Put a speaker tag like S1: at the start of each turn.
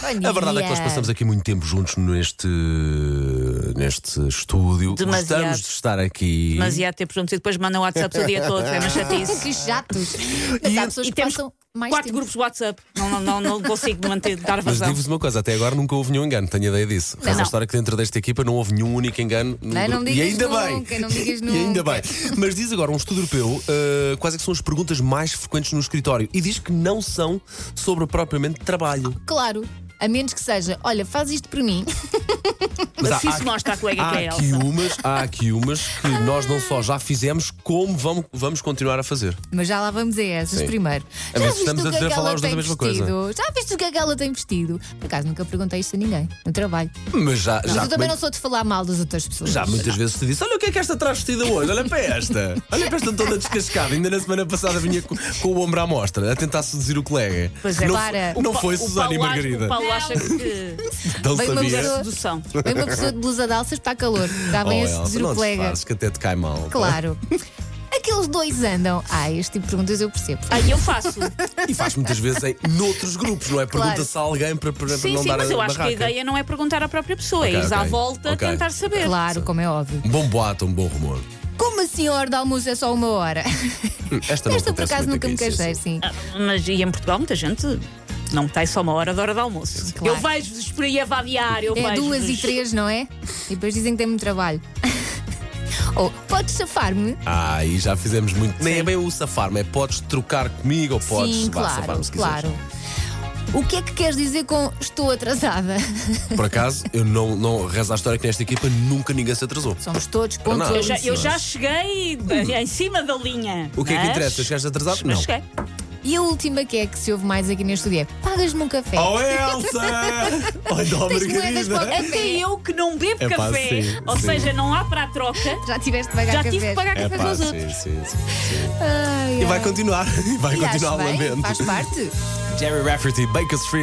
S1: A verdade é que nós passamos aqui muito tempo juntos neste, neste estúdio.
S2: Demasiado.
S1: Gostamos de estar aqui.
S2: Demasiado tempo juntos e depois mandam WhatsApp o dia todo, é uma chatice.
S3: Que chatos. Mas há pessoas
S2: E
S3: que
S2: temos
S3: passam mais
S2: quatro
S3: tempo.
S2: grupos WhatsApp. Não, não, não, não consigo manter, dar
S1: Mas
S2: vazão.
S1: digo-vos uma coisa, até agora nunca houve nenhum engano, tenho ideia disso. Reza a
S2: Não.
S1: história que dentro desta equipa não houve nenhum único engano. no
S3: Não, não
S1: grupo. e
S3: digas
S1: ainda
S3: nunca,
S1: bem.
S3: não digas
S1: E ainda
S3: nunca.
S1: bem. Mas diz agora um estudo europeu uh, quais é que são as perguntas mais frequentes no escritório e diz que não são sobre propriamente trabalho.
S3: Claro. A menos que seja, olha, faz isto por mim.
S1: Mas
S2: Mas isso mostra à colega que
S1: há
S2: é a
S1: aqui
S2: Elsa.
S1: umas, há aqui umas que nós não só já fizemos, como vamos, vamos continuar a fazer.
S3: Mas já lá vamos a essas
S1: Sim.
S3: primeiro.
S1: É,
S3: já
S1: mas estamos a dizer falar os dois
S3: tem
S1: da mesma coisa.
S3: vestido? Já viste o que a gala tem vestido? Por acaso nunca perguntei isto a ninguém no trabalho.
S1: Mas já,
S3: Mas eu
S1: já,
S3: também
S1: comen-
S3: não sou de falar mal das outras pessoas.
S1: já muitas vezes se disse: Olha o que é que esta traz vestida hoje, olha para esta. Olha para esta toda descascada. Ainda na semana passada vinha co- com, o ombro à mostra, a tentar seduzir o colega.
S2: Pois é,
S1: não,
S3: para.
S1: não
S2: O Pa-
S1: foi
S2: o
S1: Susana e
S2: Paulo acha-
S1: Margarida.
S2: O Paulo acha que
S1: Não
S3: Veio uma
S1: sabia.
S3: pessoa-
S2: sedução.
S3: Bem, uma pessoa de blusa de alças está calor. Está bem a
S1: Oh, Elsa,
S3: ah, seduzir
S1: não
S3: o colega.
S1: disfarces, que até te cai mal. tá?
S3: Claro. Aqueles dois andam. Ah, este tipo de perguntas eu percebo.
S2: Ah, eu faço.
S1: E faz muitas vezes em noutros grupos, não é?
S3: Claro.
S1: Pergunta-se a alguém para, para
S2: Sim,
S1: não
S2: sim,
S1: dar
S2: mas eu
S1: a
S2: acho que a
S1: barraca.
S2: ideia não é perguntar à própria pessoa,
S1: Ok,
S2: é ir à
S1: ok,
S2: volta
S1: ok.
S2: tentar saber.
S3: Claro, como é óbvio.
S1: Um bom boato, um bom rumor.
S3: Como assim a hora de almoço é só uma hora?
S1: Hum, Esta, não
S3: Esta por
S1: acontece
S3: acaso nunca
S1: muito
S3: me
S1: aqui, sim,
S3: queixei,
S1: sim.
S3: sim.
S2: Ah, Mas e em Portugal muita gente não tem só uma hora de hora de almoço.
S3: Claro.
S2: Eu vejo-vos por aí a vadear, eu
S3: É
S2: vejo-vos.
S3: duas e três, não é? E depois dizem que tem muito trabalho. Ou podes safar-me?
S1: Ah, e já fizemos muito. Nem
S2: Sim.
S1: é bem o safar-me, é podes trocar comigo ou podes
S3: Sim,
S1: vá,
S3: claro,
S1: safar-me se quiseres.
S3: claro. O que é que queres dizer com estou atrasada?
S1: Por acaso, eu não, não rezo a história que nesta equipa nunca ninguém se atrasou.
S3: Somos todos pontos.
S1: nada.
S2: Eu já, eu já cheguei em cima da linha.
S1: O que é que
S2: mas-
S1: interessa? Chegaste atrasado?
S2: Mas
S1: Não.
S2: cheguei.
S3: E a última que é que se ouve mais aqui neste dia? Pagas-me um café.
S1: Oh, Elsa! Olha, oh,
S3: Tens moedas para o
S1: Margarida!
S2: Até
S3: café.
S2: eu que não bebo
S1: É pá,
S2: café,
S1: sim,
S2: ou
S1: sim.
S2: seja, não há para a troca,
S3: Já tiveste de pagar
S2: já
S3: café.
S2: tive que pagar café
S1: pá,
S2: aos outros.
S1: sim, sim, sim.
S3: Ai,
S1: E vai
S3: ai.
S1: continuar, e
S3: E
S1: vai
S3: acho
S1: continuar o
S3: bem,
S1: lamento.
S3: Faz parte.
S1: Jerry Rafferty, Baker Street.